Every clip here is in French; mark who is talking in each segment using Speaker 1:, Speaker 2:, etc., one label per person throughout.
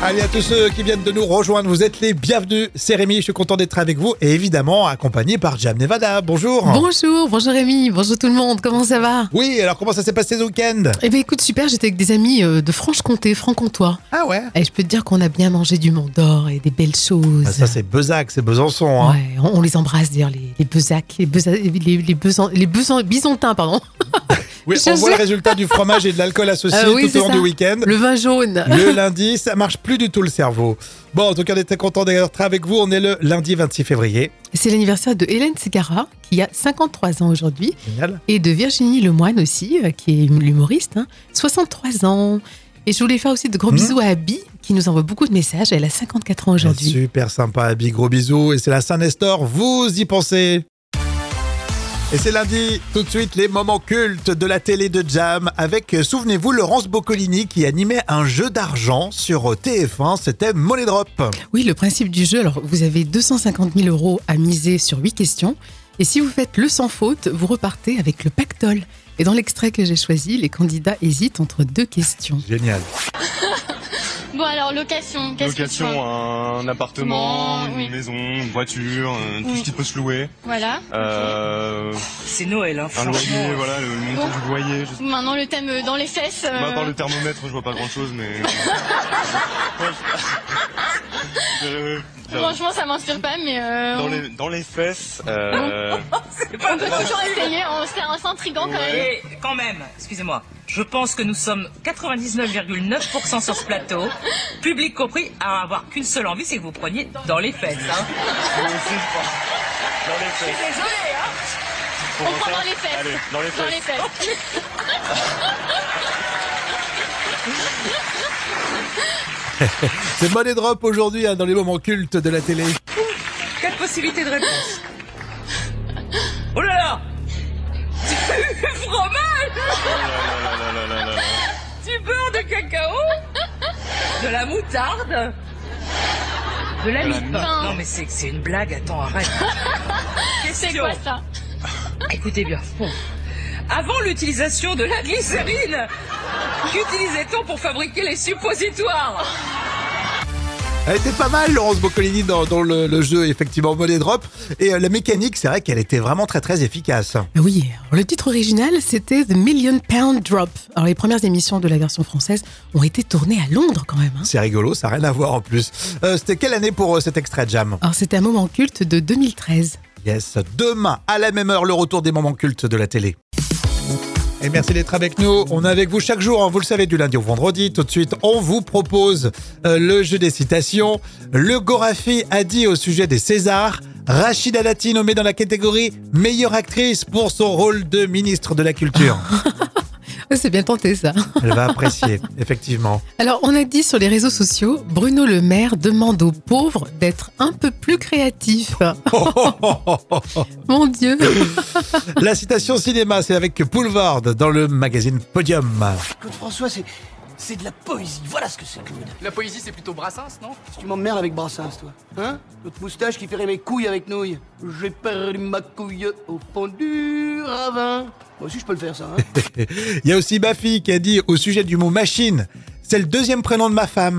Speaker 1: Allez, à tous ceux qui viennent de nous rejoindre, vous êtes les bienvenus. C'est Rémi, je suis content d'être avec vous et évidemment accompagné par Jam Nevada. Bonjour.
Speaker 2: Oh. Bonjour, bonjour Rémi, bonjour tout le monde, comment ça va
Speaker 1: Oui, alors comment ça s'est passé ce week-end
Speaker 2: Eh bien écoute, super, j'étais avec des amis euh, de Franche-Comté, franc-comtois.
Speaker 1: Ah ouais
Speaker 2: Et je peux te dire qu'on a bien mangé du Mont d'Or et des belles choses.
Speaker 1: Ah, Ça, c'est Besac, c'est Besançon. hein.
Speaker 2: Ouais, on, on les embrasse d'ailleurs, les, les Besacs, les, Besa- les, les Besan- les Besan- Bisontins, pardon.
Speaker 1: Oui,
Speaker 2: Je
Speaker 1: on voit
Speaker 2: sais.
Speaker 1: le résultat du fromage et de l'alcool associé
Speaker 2: Ah oui,
Speaker 1: tout
Speaker 2: c'est
Speaker 1: au long
Speaker 2: ça.
Speaker 1: du week-end.
Speaker 2: Le vin jaune.
Speaker 1: Le lundi, ça marche plus du tout le cerveau. Bon, en tout cas, on était content d'être avec vous. On est le lundi 26 février.
Speaker 2: C'est l'anniversaire de Hélène Segara, qui a 53 ans aujourd'hui,
Speaker 1: Génial.
Speaker 2: et de Virginie Lemoine aussi, euh, qui est l'humoriste, hein, 63 ans. Et je voulais faire aussi de gros
Speaker 1: Mhm.
Speaker 2: bisous à Abby, qui nous envoie beaucoup de messages. Elle a 54 ans aujourd'hui.
Speaker 1: Super sympa, Abby. Gros bisous. Et c'est la Saint-Nestor. Vous y pensez. Et c'est lundi, tout de suite, les moments cultes de la télé de Jam avec, euh, souvenez-vous, Laurence Boccolini qui animait un jeu d'argent sur euh, TF1. C'était Money Drop.
Speaker 2: Oui, le principe du jeu, alors vous avez 250 000 euros à miser sur 8 questions. Et si vous faites le sans faute, vous repartez avec le pactole. Et dans l'extrait que j'ai choisi, les candidats hésitent entre deux questions.
Speaker 1: Génial.
Speaker 3: Bon alors location, qu'est-ce que tu
Speaker 4: Location,
Speaker 3: prends
Speaker 4: un appartement,
Speaker 3: Non,
Speaker 4: une
Speaker 3: oui.
Speaker 4: maison, une voiture, euh, tout
Speaker 3: Oui.
Speaker 4: ce qui peut se louer.
Speaker 3: Voilà.
Speaker 4: Euh,
Speaker 5: C'est Noël, hein,
Speaker 3: Ah,
Speaker 4: un
Speaker 5: franchement.
Speaker 4: loyer, voilà, le montant
Speaker 3: Oh.
Speaker 4: du loyer. Je... sais-
Speaker 3: Maintenant le thème euh, dans les fesses. euh,
Speaker 4: Bah, à part le thermomètre, je vois pas grand chose, mais. Euh, dans,
Speaker 3: Franchement ça m'inspire pas mais euh,
Speaker 4: dans
Speaker 3: on-
Speaker 4: les, dans les fesses, euh,
Speaker 3: on peut toujours essayer, on- c'est un- c'est intriguant quand même.
Speaker 5: Et quand même, excusez-moi, je pense que nous sommes 99,9% sur ce plateau, public compris, à avoir qu'une seule envie, c'est que vous preniez dans les fesses. Hein.
Speaker 4: moi aussi, je pense. Dans les fesses. Pour
Speaker 3: On
Speaker 4: mon
Speaker 3: prend
Speaker 4: père.
Speaker 3: dans les fesses.
Speaker 4: Allez, dans les
Speaker 3: Dans
Speaker 4: fesses.
Speaker 3: les fesses.
Speaker 1: C'est Money Drop aujourd'hui hein, dans les moments cultes de la télé.
Speaker 5: Quatre possibilités de réponse. Oh là là Du fromage
Speaker 4: Oh là là là là là là là.
Speaker 5: Du beurre de cacao De la moutarde De la
Speaker 4: De la
Speaker 5: mie.
Speaker 3: mie.
Speaker 5: Non mais c'est c'est une blague, attends, arrête.
Speaker 3: C'est
Speaker 5: Question.
Speaker 3: quoi ça
Speaker 5: Écoutez bien. Bon. Avant l'utilisation de la glycérine, qu'utilisait-on pour fabriquer les suppositoires
Speaker 1: Elle était pas mal, Laurence Boccolini, dans, dans le, le jeu, effectivement, Money Drop. Et euh, la mécanique, c'est vrai qu'elle était vraiment très, très efficace.
Speaker 2: Ah oui, alors le titre original c'était The Million Pound Drop. Alors les premières émissions de la version française ont été tournées à Londres quand même. hein.
Speaker 1: C'est rigolo, ça n'a rien à voir en plus. Euh, C'était quelle année pour euh, cet extrait, Jam
Speaker 2: Alors c'était un moment culte de 2013.
Speaker 1: Yes, demain, à la même heure, le retour des moments cultes de la télé. Et merci d'être avec nous. On est avec vous chaque jour, hein, vous le savez, du lundi au vendredi. Tout de suite, on vous propose euh, le jeu des citations. Le Gorafi a dit au sujet des Césars, Rachida Dati nommée dans la catégorie meilleure actrice pour son rôle de ministre de la Culture.
Speaker 2: Ouais, Ah, C'est bien tenté ça.
Speaker 1: Elle va apprécier, effectivement.
Speaker 2: Alors, on a dit sur les réseaux sociaux, Bruno Le Maire demande aux pauvres d'être un peu plus créatifs. Mon Dieu
Speaker 1: La citation cinéma, c'est avec Boulevard dans le magazine Podium.
Speaker 6: Claude François, c'est. C'est de la poésie, voilà ce que c'est, Claude.
Speaker 7: La poésie, c'est plutôt Brassens, non
Speaker 6: Tu m'emmerdes avec Brassens, toi. Hein L'autre moustache qui ferait mes couilles avec nouilles. J'ai perdu ma couille au fond du ravin. Moi aussi, je peux le faire, ça, hein.
Speaker 1: Il y a aussi ma fille qui a dit au sujet du mot machine, c'est le deuxième prénom de ma femme.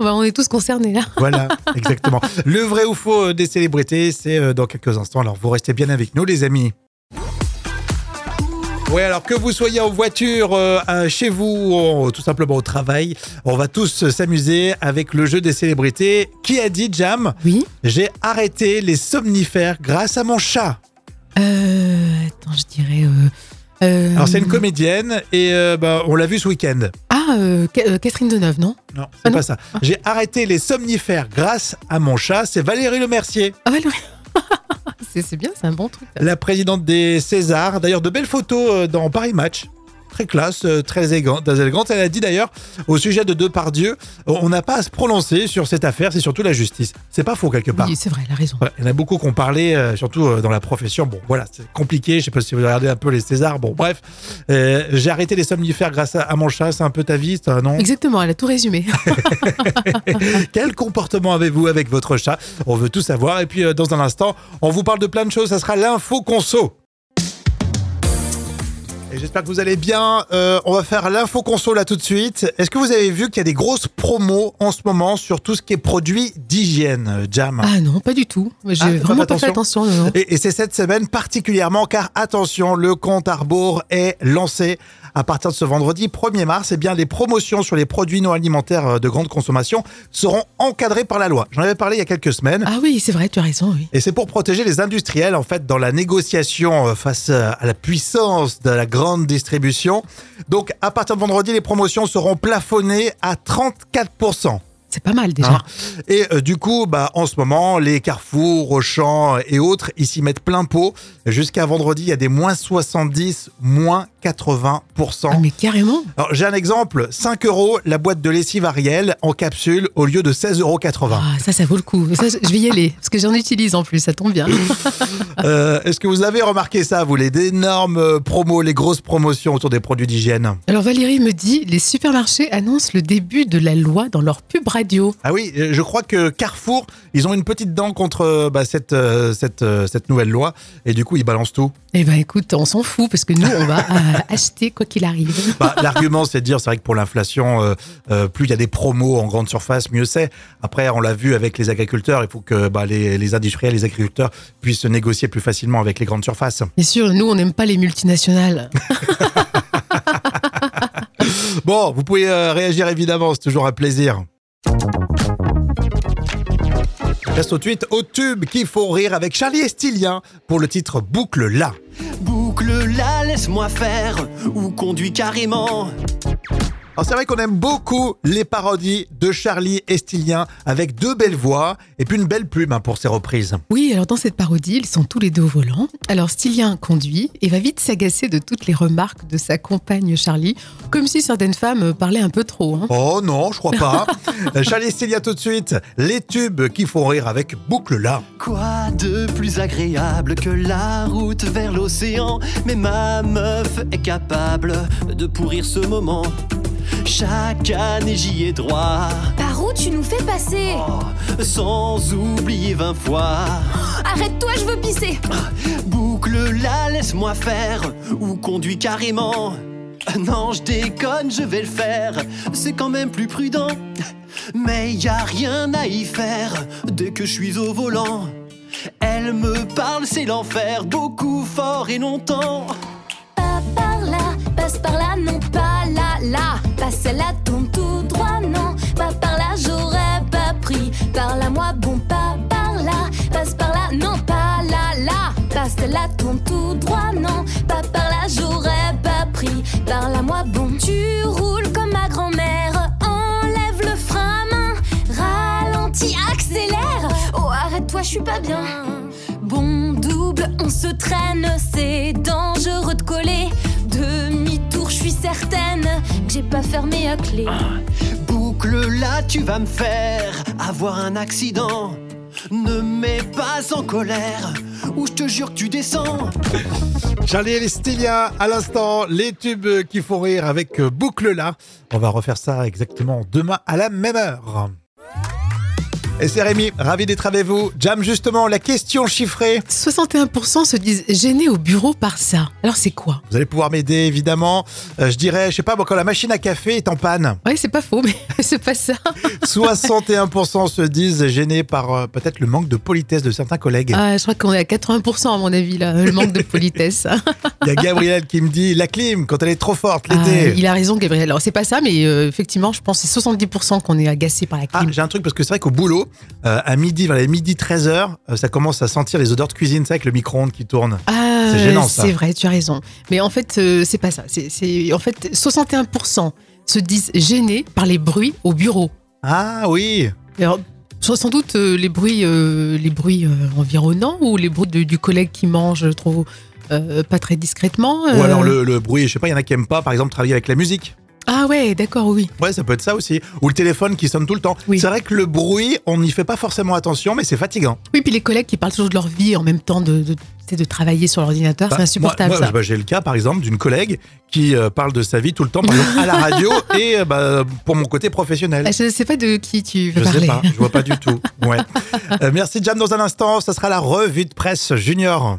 Speaker 2: Bah, On est tous concernés là.
Speaker 1: Voilà, exactement. Le vrai ou faux euh, des célébrités, c'est euh, dans quelques instants. Alors vous restez bien avec nous, les amis. Oui, alors que vous soyez en voiture, euh, euh, chez vous, ou tout simplement au travail, on va tous euh, s'amuser avec le jeu des célébrités. Qui a dit, Jam,
Speaker 2: Oui
Speaker 1: j'ai arrêté les somnifères grâce à mon chat
Speaker 2: Euh. Attends, je dirais. euh, euh,
Speaker 1: Alors c'est une comédienne et euh, bah, on l'a vu ce week-end.
Speaker 2: Ah, euh, Ca- euh, Catherine Deneuve, non
Speaker 1: Non, c'est
Speaker 2: Ah non.
Speaker 1: pas ça. J'ai arrêté les somnifères grâce à mon chat. C'est Valérie Lemercier,
Speaker 2: Ah, Valérie C'est c'est bien, c'est un bon truc. ça.
Speaker 1: la présidente des Césars. D'ailleurs, de belles photos euh, dans Paris Match. Très classe, euh, très élégante. très élégante. Elle a dit d'ailleurs, au sujet de Depardieu, on n'a pas à se prononcer sur cette affaire, c'est surtout la justice. C'est pas faux quelque part.
Speaker 2: Oui, c'est vrai, elle a raison.
Speaker 1: Voilà, il y en a beaucoup qui ont parlé, euh, surtout euh, dans la profession. Bon, voilà, c'est compliqué. Je sais pas si vous regardez un peu les Césars. Bon, bref. Euh, J'ai arrêté les somnifères grâce à, à mon chat. C'est un peu ta vie, ça, non
Speaker 2: Exactement, elle a tout résumé.
Speaker 1: Ah. Quel comportement avez-vous avec votre chat On veut tout savoir. Et puis, euh, dans un instant, on vous parle de plein de choses. Ça sera l'info conso. Et J'espère que vous allez bien. Euh, on va faire l'info console là tout de suite. Est-ce que vous avez vu qu'il y a des grosses promos en ce moment sur tout ce qui est produit d'hygiène, euh, Jam
Speaker 2: Ah non, pas du tout. J'ai
Speaker 1: Ah, t'as pas
Speaker 2: vraiment
Speaker 1: fait
Speaker 2: pas fait attention. non, non.
Speaker 1: Et, et c'est cette semaine particulièrement car attention, le compte à rebours est lancé à partir de ce vendredi 1er mars. Et bien les promotions sur les produits non alimentaires euh, de grande consommation seront encadrées par la loi. J'en avais parlé il y a quelques semaines.
Speaker 2: Ah oui, c'est vrai, tu as raison, oui.
Speaker 1: Et c'est pour protéger les industriels, en fait, dans la négociation euh, face euh, à la puissance de la grande distribution. Donc, à partir de vendredi, les promotions seront plafonnées à 34%.
Speaker 2: C'est pas mal déjà.
Speaker 1: hein. Et euh, du coup, bah, en ce moment, les Carrefour, Auchan et autres, ils s'y mettent plein pot. Jusqu'à vendredi, il y a des moins 70, moins 80%.
Speaker 2: Ah, mais carrément.
Speaker 1: Alors, j'ai un exemple. 5 euros, la boîte de lessive Ariel en capsule au lieu de 16,80 euros.
Speaker 2: Ah, ça, ça vaut le coup. Ça, je vais y aller parce que j'en utilise en plus. Ça tombe bien.
Speaker 1: Euh, Est-ce que vous avez remarqué ça, vous, les énormes euh, promos, les grosses promotions autour des produits d'hygiène
Speaker 2: Alors Valérie me dit, les supermarchés annoncent le début de la loi dans leur pub radio.
Speaker 1: Ah oui, euh, je crois que Carrefour, ils ont une petite dent contre euh, bah, cette, euh, cette, euh, cette nouvelle loi, et du coup, ils balancent tout.
Speaker 2: Eh ben écoute, on s'en fout parce que nous, on va euh, acheter quoi qu'il arrive.
Speaker 1: Bah, L'argument, c'est de dire, c'est vrai que pour l'inflation, euh, euh, plus il y a des promos en grande surface, mieux c'est. Après, on l'a vu avec les agriculteurs, il faut que bah, les, les industriels, les agriculteurs puissent négocier plus facilement avec les grandes surfaces.
Speaker 2: Bien sûr, nous, on n'aime pas les multinationales.
Speaker 1: Bon, vous pouvez euh, réagir évidemment, c'est toujours un plaisir. Reste tout de suite au tube qu'il faut rire avec Charlie Estilien pour le titre Boucle là.
Speaker 8: Boucle la laisse-moi faire ou conduis carrément.
Speaker 1: Alors c'est vrai qu'on aime beaucoup les parodies de Charlie Estilien avec deux belles voix et puis une belle plume hein, pour ses reprises.
Speaker 2: Oui, alors dans cette parodie, ils sont tous les deux au volant. Alors Stylien conduit et va vite s'agacer de toutes les remarques de sa compagne Charlie, comme si certaines femmes euh, parlaient un peu trop. hein.
Speaker 1: Oh non, je crois pas. Euh, Charlie Estilien tout de suite, les tubes qui font rire avec Boucle là.
Speaker 8: Quoi de plus agréable que la route vers l'océan Mais ma meuf est capable de pourrir ce moment. Chaque année j'y ai droit,
Speaker 9: Par où tu nous fais passer
Speaker 8: sans oublier vingt fois.
Speaker 9: Arrête-toi, je veux pisser.
Speaker 8: Boucle la laisse-moi faire ou conduis carrément. Ah Non, je déconne, je vais le faire, c'est quand même plus prudent. Mais y a rien à y faire dès que je suis au volant. Elle me parle, c'est l'enfer, beaucoup fort et longtemps.
Speaker 9: Pas par là, passe par là, non pas là, là. Passe là, tombe tout droit, non. Pas par là, j'aurais pas pris. Par là, moi, bon, pas par là. Passe par là, non pas là, là. Passe là, tombe tout droit, non. Pas par là, j'aurais pas pris. Par là, moi, bon. Tu roules comme ma grand-mère. Enlève le frein à main. Ralentis, accélère. Oh, arrête-toi, je suis pas bien. Bon double, on se traîne, c'est dangereux de coller. Demi-tour, je suis certaine que j'ai pas fermé à clé.
Speaker 8: Boucle là, tu vas me faire avoir un accident. Ne mets pas en colère, ou je te jure que tu descends.
Speaker 1: Charlie Estilien à l'instant, les tubes qui font rire avec euh, Boucle là. On va refaire ça exactement demain à la même heure. Et c'est Rémi, ravi d'être avec vous. Jam, justement, la question chiffrée.
Speaker 2: 61% se disent gênés au bureau par ça. Alors c'est quoi
Speaker 1: Vous allez pouvoir m'aider, évidemment. Euh, je dirais, je sais pas, bon, quand la machine à café est en panne,
Speaker 2: Ouais, c'est pas faux, mais c'est pas ça.
Speaker 1: 61% se disent gênés par euh, peut-être le manque de politesse de certains collègues.
Speaker 2: Ah, je crois qu'on est à 80% à mon avis là, le manque de politesse. hein.
Speaker 1: Il y a Gabriel qui me dit la clim quand elle est trop forte
Speaker 2: Ah,
Speaker 1: l'été.
Speaker 2: il a raison, Gabriel. Alors, c'est pas ça, mais euh, effectivement, je pense que c'est 70% qu'on est agacé par la
Speaker 1: Ah,
Speaker 2: clim.
Speaker 1: j'ai un truc parce que c'est vrai qu'au boulot, euh, à midi, vers les midi 13h, ça commence à sentir les odeurs de cuisine, c'est avec le micro-ondes qui tourne.
Speaker 2: Ah,
Speaker 1: c'est gênant, ça.
Speaker 2: c'est vrai, tu as raison. Mais en fait, euh, c'est pas ça. C'est- c'est- en fait, 61% se disent gênés par les bruits au bureau.
Speaker 1: Ah oui,
Speaker 2: Alors, sans sans doute euh, les bruits, euh, les bruits euh, environnants ou les bruits de- du collègue qui mange trop, euh, pas très discrètement.
Speaker 1: ou
Speaker 2: euh.
Speaker 1: alors le, le bruit, je sais pas, il y en a qui aiment pas, par exemple, travailler avec la musique.
Speaker 2: Ah ouais, d'accord, oui.
Speaker 1: Ouais, ça peut être ça aussi. Ou le téléphone qui sonne tout le temps.
Speaker 2: Oui.
Speaker 1: C'est vrai que le bruit, on n'y fait pas forcément attention, mais c'est fatigant.
Speaker 2: Oui, puis les collègues qui parlent toujours de leur vie et en même temps de, de, c'est de travailler sur l'ordinateur,
Speaker 1: Bah,
Speaker 2: c'est insupportable
Speaker 1: moi- moi,
Speaker 2: ça.
Speaker 1: bah, J'ai le cas, par exemple, d'une collègue qui euh, parle de sa vie tout le temps, par exemple, à la radio et euh, bah, pour mon côté professionnel.
Speaker 2: Ah, Je ne sais pas de qui tu veux
Speaker 1: Je
Speaker 2: parler.
Speaker 1: sais pas, je vois pas du tout. Ouais. Euh, merci Jam, dans un instant, ça sera la revue de presse junior.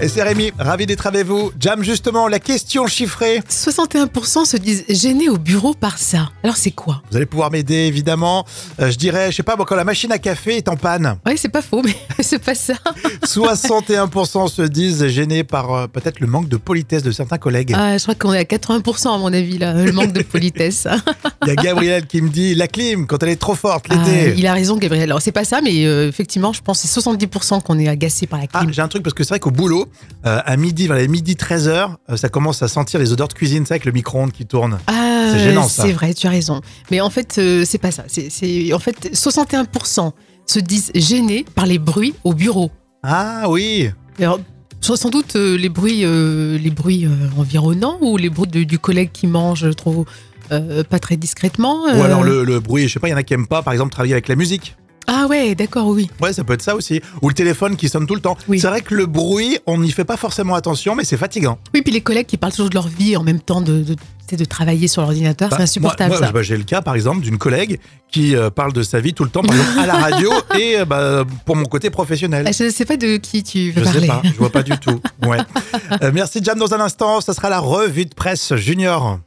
Speaker 1: Et c'est Rémi, ravi d'être avec vous. Jam, justement, la question chiffrée.
Speaker 2: 61% se disent gênés au bureau par ça. Alors c'est quoi
Speaker 1: Vous allez pouvoir m'aider, évidemment. Euh, je dirais, je sais pas, moi, quand la machine à café est en panne,
Speaker 2: Ouais, c'est pas faux, mais c'est pas ça.
Speaker 1: 61% se disent gênés par euh, peut-être le manque de politesse de certains collègues.
Speaker 2: Ah, je crois qu'on est à 80% à mon avis là, le manque de politesse.
Speaker 1: Il y a Gabriel qui me dit la clim quand elle est trop forte
Speaker 2: Ah,
Speaker 1: l'été.
Speaker 2: il a raison Gabriel. Alors c'est pas ça, mais euh, effectivement, je pense que c'est 70% qu'on est agacé par la
Speaker 1: Ah,
Speaker 2: clim.
Speaker 1: j'ai un truc parce que c'est vrai qu'au boulot, euh, à midi, vers les midi 13h, ça commence à sentir les odeurs de cuisine, c'est avec le micro-ondes qui tourne.
Speaker 2: Ah,
Speaker 1: C'est gênant, ça.
Speaker 2: c'est vrai, tu as raison. Mais en fait, euh, c'est pas ça. C'est- C'est en fait 61% se disent gênés par les bruits au bureau.
Speaker 1: Ah oui
Speaker 2: Alors, sans sans doute euh, les bruits, euh, les bruits euh, environnants ou les bruits de- du collègue qui mange trop, euh, pas très discrètement.
Speaker 1: Ou
Speaker 2: euh.
Speaker 1: alors le, le bruit, je sais pas, il y en a qui aiment pas, par exemple, travailler avec la musique.
Speaker 2: Ah ouais, d'accord, oui.
Speaker 1: Ouais, ça peut être ça aussi. Ou le téléphone qui sonne tout le temps.
Speaker 2: Oui.
Speaker 1: C'est vrai que le bruit, on n'y fait pas forcément attention, mais c'est fatigant.
Speaker 2: Oui, puis les collègues qui parlent toujours de leur vie en même temps de, de, c'est de travailler sur l'ordinateur,
Speaker 1: Bah,
Speaker 2: c'est insupportable
Speaker 1: moi- moi,
Speaker 2: ça.
Speaker 1: bah, J'ai le cas, par exemple, d'une collègue qui euh, parle de sa vie tout le temps, par exemple, à la radio et euh, bah, pour mon côté professionnel.
Speaker 2: Ah, Je ne sais pas de qui tu veux
Speaker 1: Je
Speaker 2: parler.
Speaker 1: sais pas, je vois pas du tout. Ouais. Euh, merci Jam dans un instant, ça sera la revue de presse junior.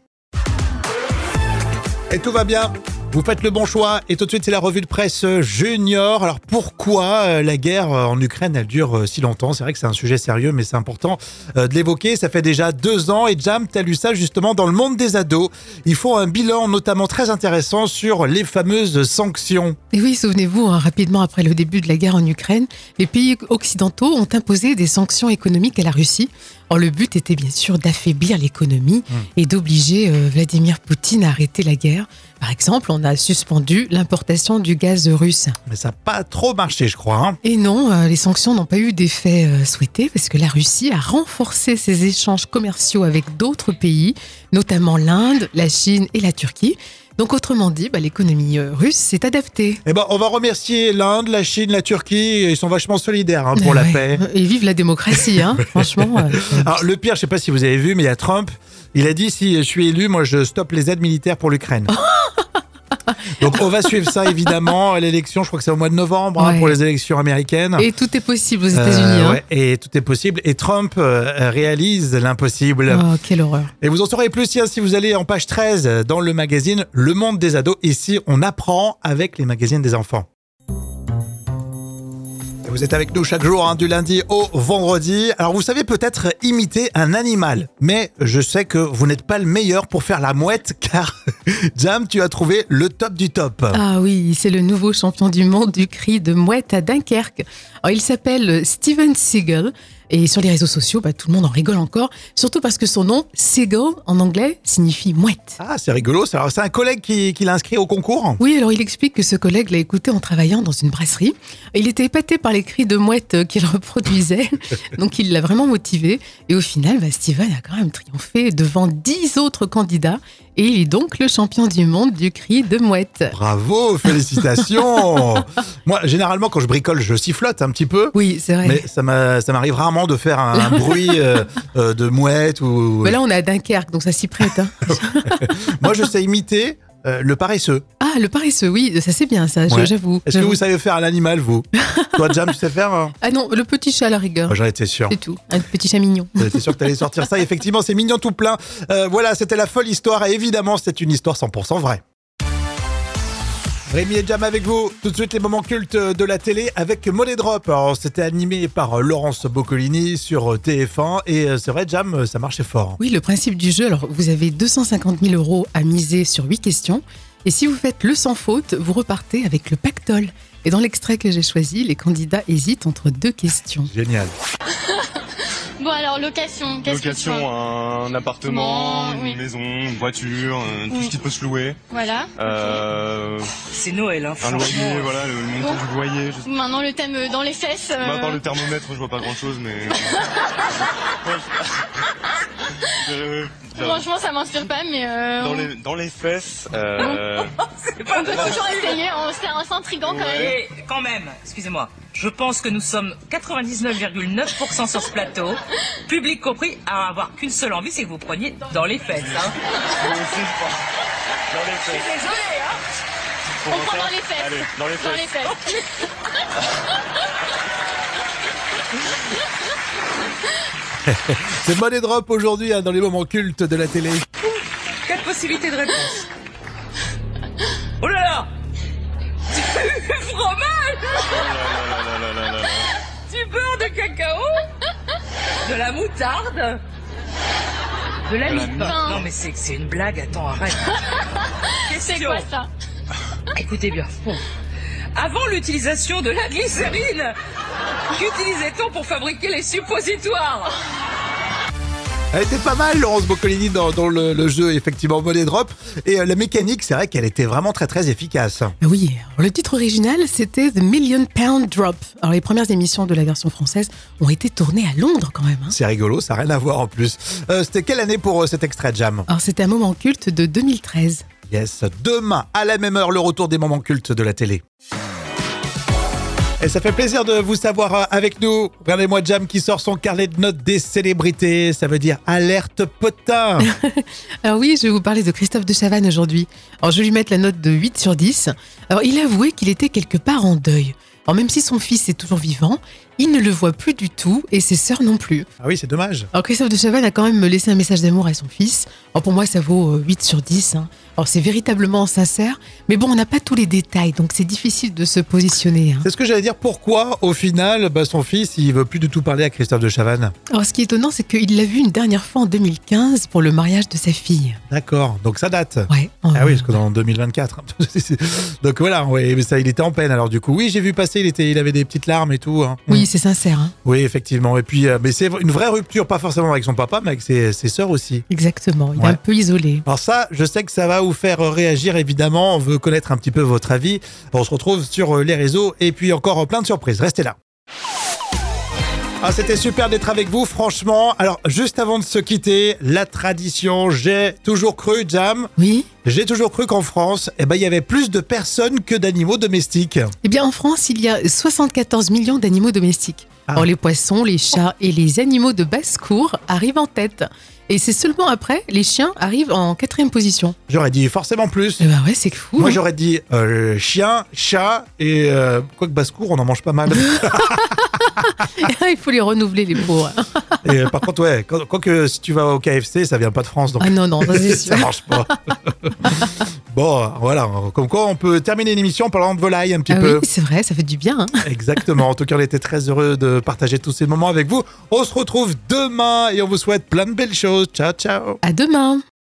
Speaker 1: Et tout va bien. Vous faites le bon choix et tout de suite c'est la revue de presse junior. Alors pourquoi euh, la guerre euh, en Ukraine elle dure euh, si longtemps C'est vrai que c'est un sujet sérieux mais c'est important euh, de l'évoquer. Ça fait déjà deux ans et Jam t'as lu ça justement dans le monde des ados. Ils font un bilan notamment très intéressant sur les fameuses sanctions.
Speaker 2: Et oui, souvenez-vous, hein, rapidement après le début de la guerre en Ukraine, les pays occidentaux ont imposé des sanctions économiques à la Russie. Or, le but était bien sûr d'affaiblir l'économie
Speaker 1: Hmm.
Speaker 2: et d'obliger euh, Vladimir Poutine à arrêter la guerre. Par exemple, on a suspendu l'importation du gaz russe.
Speaker 1: Mais ça n'a pas trop marché je crois. hein.
Speaker 2: Et non, euh, les sanctions n'ont pas eu d'effet euh, souhaité parce que la Russie a renforcé ses échanges commerciaux avec d'autres pays, notamment l'Inde, la Chine et la Turquie. Donc autrement dit, bah, l'économie euh, russe s'est adaptée.
Speaker 1: Eh ben, on va remercier l'Inde, la Chine, la Turquie. Ils sont vachement solidaires hein, pour la
Speaker 2: Eh Ouais.
Speaker 1: paix. Ah.
Speaker 2: Et vive la démocratie, hein, franchement. euh,
Speaker 1: Alors, le pire, je sais pas si vous avez vu, mais il y a Trump. Il a dit si je suis élu, moi, je stoppe les aides militaires pour l'Ukraine. Donc, on va suivre ça, évidemment. à L'élection, je crois que c'est au mois de novembre hein,
Speaker 2: Ouais.
Speaker 1: pour les élections américaines.
Speaker 2: Et tout est possible aux
Speaker 1: Euh,
Speaker 2: États-Unis. hein.
Speaker 1: ouais, et tout est possible. Et Trump euh, réalise l'impossible.
Speaker 2: Oh, quelle horreur.
Speaker 1: Et vous en saurez plus tiens, si vous allez en page 13 euh, dans le magazine Le Monde des Ados. Ici, on apprend avec les magazines des enfants. Et Vous êtes avec nous chaque jour, hein, du lundi au vendredi. Alors vous savez peut-être imiter un animal, mais je sais que vous n'êtes pas le meilleur pour faire la mouette, car Jam, tu as trouvé le top du top.
Speaker 2: Ah oui, c'est le nouveau champion du monde du cri de mouette à Dunkerque. Alors, il s'appelle Steven Seagal. Et sur les réseaux sociaux, bah, tout le monde en rigole encore, surtout parce que son nom, Seagal, en anglais, signifie mouette.
Speaker 1: Ah, c'est rigolo. ça. Alors, C'est un collègue qui, qui l'a inscrit au concours.
Speaker 2: Oui, alors il explique que ce collègue l'a écouté en travaillant dans une brasserie. Il était épaté par les cris de mouette euh, qu'il reproduisait, donc il l'a vraiment motivé. Et au final, bah, Steven a quand même triomphé devant 10 autres candidats. Et il est donc le champion du monde du cri de mouette.
Speaker 1: Bravo, félicitations. Moi, généralement, quand je bricole, je sifflote un petit peu.
Speaker 2: Oui, c'est vrai.
Speaker 1: Mais ça m'a- ça m'arrive rarement de faire un, un bruit euh, euh, de mouette ou.
Speaker 2: Mais là, on est à Dunkerque, donc ça s'y prête. hein.
Speaker 1: Moi, je sais imiter euh, le paresseux.
Speaker 2: Ah, le paresseux, oui, ça c'est bien, ça, je-
Speaker 1: Ouais.
Speaker 2: j'avoue.
Speaker 1: Est-ce que
Speaker 2: j'avoue.
Speaker 1: vous savez faire un animal, vous Toi, Jam, tu sais faire hein
Speaker 2: Ah non, le petit chat à la rigueur,
Speaker 1: Moi, J'en étais sûr.
Speaker 2: c'est tout. Un petit chat mignon.
Speaker 1: J'étais sûr que t'allais sortir ça. Effectivement, c'est mignon tout plein. Euh, voilà, c'était la folle histoire. Et évidemment, c'est une histoire 100% vraie. Rémi et Jam avec vous. Tout de suite, les moments cultes de la télé avec Mollet Drop. Alors, c'était animé par euh, Laurence Boccolini sur TF1. Et euh, c'est vrai, Jam, euh, ça marchait fort.
Speaker 2: Oui, le principe du jeu, alors vous avez 250 000 euros à miser sur 8 questions. Et si vous faites le sans faute, vous repartez avec le pactole. Et dans l'extrait que j'ai choisi, les candidats hésitent entre deux questions.
Speaker 1: Génial.
Speaker 3: Bon alors, location, qu'est-ce que tu
Speaker 10: Location,
Speaker 3: prends
Speaker 10: un appartement,
Speaker 3: Non,
Speaker 10: une
Speaker 3: oui.
Speaker 10: maison, une voiture, euh, tout
Speaker 3: Oui.
Speaker 10: ce qui peut se louer.
Speaker 3: Voilà.
Speaker 10: Euh,
Speaker 5: C'est Noël, hein,
Speaker 10: un
Speaker 5: franchement.
Speaker 10: loyer, voilà, le, le montant
Speaker 3: Bon.
Speaker 10: du loyer. Je sais.
Speaker 3: Maintenant, le thème euh, dans les fesses. euh,
Speaker 10: Bah, à part le thermomètre, je vois pas grand chose, mais. Euh, dans,
Speaker 3: Franchement, ça m'inspire pas, mais euh,
Speaker 10: dans les, dans les fesses, euh,
Speaker 3: on peut toujours essayer. on- C'est c'est intriguant quand même.
Speaker 5: Et quand même, excusez-moi, je pense que nous sommes 99,9% sur ce plateau, public compris, à avoir qu'une seule envie, c'est que vous preniez dans les fesses. Hein.
Speaker 10: dans les fesses. Dans les fesses. Pour
Speaker 3: On
Speaker 10: mon
Speaker 3: prend
Speaker 10: père.
Speaker 3: dans les fesses.
Speaker 10: Allez, dans les
Speaker 3: Dans les
Speaker 10: fesses.
Speaker 3: fesses.
Speaker 1: C'est Money Drop aujourd'hui hein, dans les moments cultes de la télé.
Speaker 5: Quatre possibilités de réponse. Oh là là Du fromage Du beurre de cacao De la moutarde De la
Speaker 3: la
Speaker 5: mie.
Speaker 3: mie.
Speaker 5: Non mais c'est c'est une blague, attends, arrête.
Speaker 3: C'est
Speaker 5: Question.
Speaker 3: quoi ça
Speaker 5: Écoutez bien. Bon. Avant l'utilisation de la glycérine, qu'utilisait-on pour fabriquer les suppositoires
Speaker 1: Elle était pas mal, Laurence Boccolini, dans, dans le, le jeu, effectivement, Money Drop. Et euh, la mécanique, c'est vrai qu'elle était vraiment très, très efficace.
Speaker 2: Ah Oui, alors le titre original c'était The Million Pound Drop. Alors les premières émissions de la version française ont été tournées à Londres quand même. hein.
Speaker 1: C'est rigolo, ça n'a rien à voir en plus. Euh, C'était quelle année pour euh, cet extrait, Jam
Speaker 2: Alors c'était un moment culte de 2013.
Speaker 1: Yes, demain, à la même heure, le retour des moments cultes de la télé. Et ça fait plaisir de vous savoir euh, avec nous. Regardez-moi Jam qui sort son carnet de notes des célébrités. Ça veut dire alerte potin.
Speaker 2: Alors oui, je vais vous parler de Christophe de Chavannes aujourd'hui. Alors je vais lui mettre la note de 8 sur 10. Alors il avouait qu'il était quelque part en deuil. Alors même si son fils est toujours vivant, il ne le voit plus du tout et ses sœurs non plus.
Speaker 1: ah oui, c'est dommage.
Speaker 2: Alors Christophe de Chavannes a quand même laissé un message d'amour à son fils. Alors pour moi ça vaut euh, 8 sur 10. hein. Alors c'est véritablement sincère, mais bon on n'a pas tous les détails donc c'est difficile de se positionner. hein.
Speaker 1: C'est ce que j'allais dire. Pourquoi, au final, bah, son fils, il veut plus du tout parler à Christophe de Chavannes
Speaker 2: Alors ce qui est étonnant c'est qu'il l'a vu une dernière fois en 2015 pour le mariage de sa fille.
Speaker 1: D'accord, donc ça date.
Speaker 2: Ouais.
Speaker 1: Ah oui, parce que dans 2024. donc voilà, ouais, mais ça, il était en peine. Alors du coup, oui, j'ai vu passer, il, était, il avait des petites larmes et tout. hein.
Speaker 2: Oui c'est sincère. hein.
Speaker 1: Oui, effectivement. Et puis, euh, mais c'est une vraie rupture, pas forcément avec son papa, mais avec ses, ses sœurs aussi.
Speaker 2: Exactement, il
Speaker 1: Ouais.
Speaker 2: est un peu isolé.
Speaker 1: Alors ça, je sais que ça va vous faire réagir, évidemment. On veut connaître un petit peu votre avis. On se retrouve sur euh, les réseaux et puis encore euh, plein de surprises. Restez là. Ah, c'était super d'être avec vous, franchement. Alors, juste avant de se quitter, la tradition, j'ai toujours cru, Jam,
Speaker 2: Oui.
Speaker 1: j'ai toujours cru qu'en France, eh ben, il y avait plus de personnes que d'animaux domestiques.
Speaker 2: Eh bien, en France, il y a 74 millions d'animaux domestiques.
Speaker 1: Ah.
Speaker 2: Or, les poissons, les chats et les animaux de basse-cour arrivent en tête. Et c'est seulement après, les chiens arrivent en quatrième position.
Speaker 1: J'aurais dit forcément plus.
Speaker 2: Eh ben ouais, c'est fou.
Speaker 1: Moi,
Speaker 2: hein.
Speaker 1: j'aurais dit euh, chien, chat et euh, quoi que basse-cour, on en mange pas mal.
Speaker 2: il faut les renouveler, les pauvres.
Speaker 1: et euh, par contre, ouais, quand- quoique si tu vas au KFC, ça vient pas de France, donc
Speaker 2: Ah non, non, ça, c'est sûr.
Speaker 1: ça marche pas. bon, voilà, comme quoi on peut terminer l'émission en parlant de volaille un petit
Speaker 2: Ah
Speaker 1: peu.
Speaker 2: oui, c'est vrai, ça fait du bien. hein.
Speaker 1: Exactement. En tout cas, on était très heureux de partager tous ces moments avec vous. On se retrouve demain et on vous souhaite plein de belles choses. Ciao, ciao.
Speaker 2: À demain.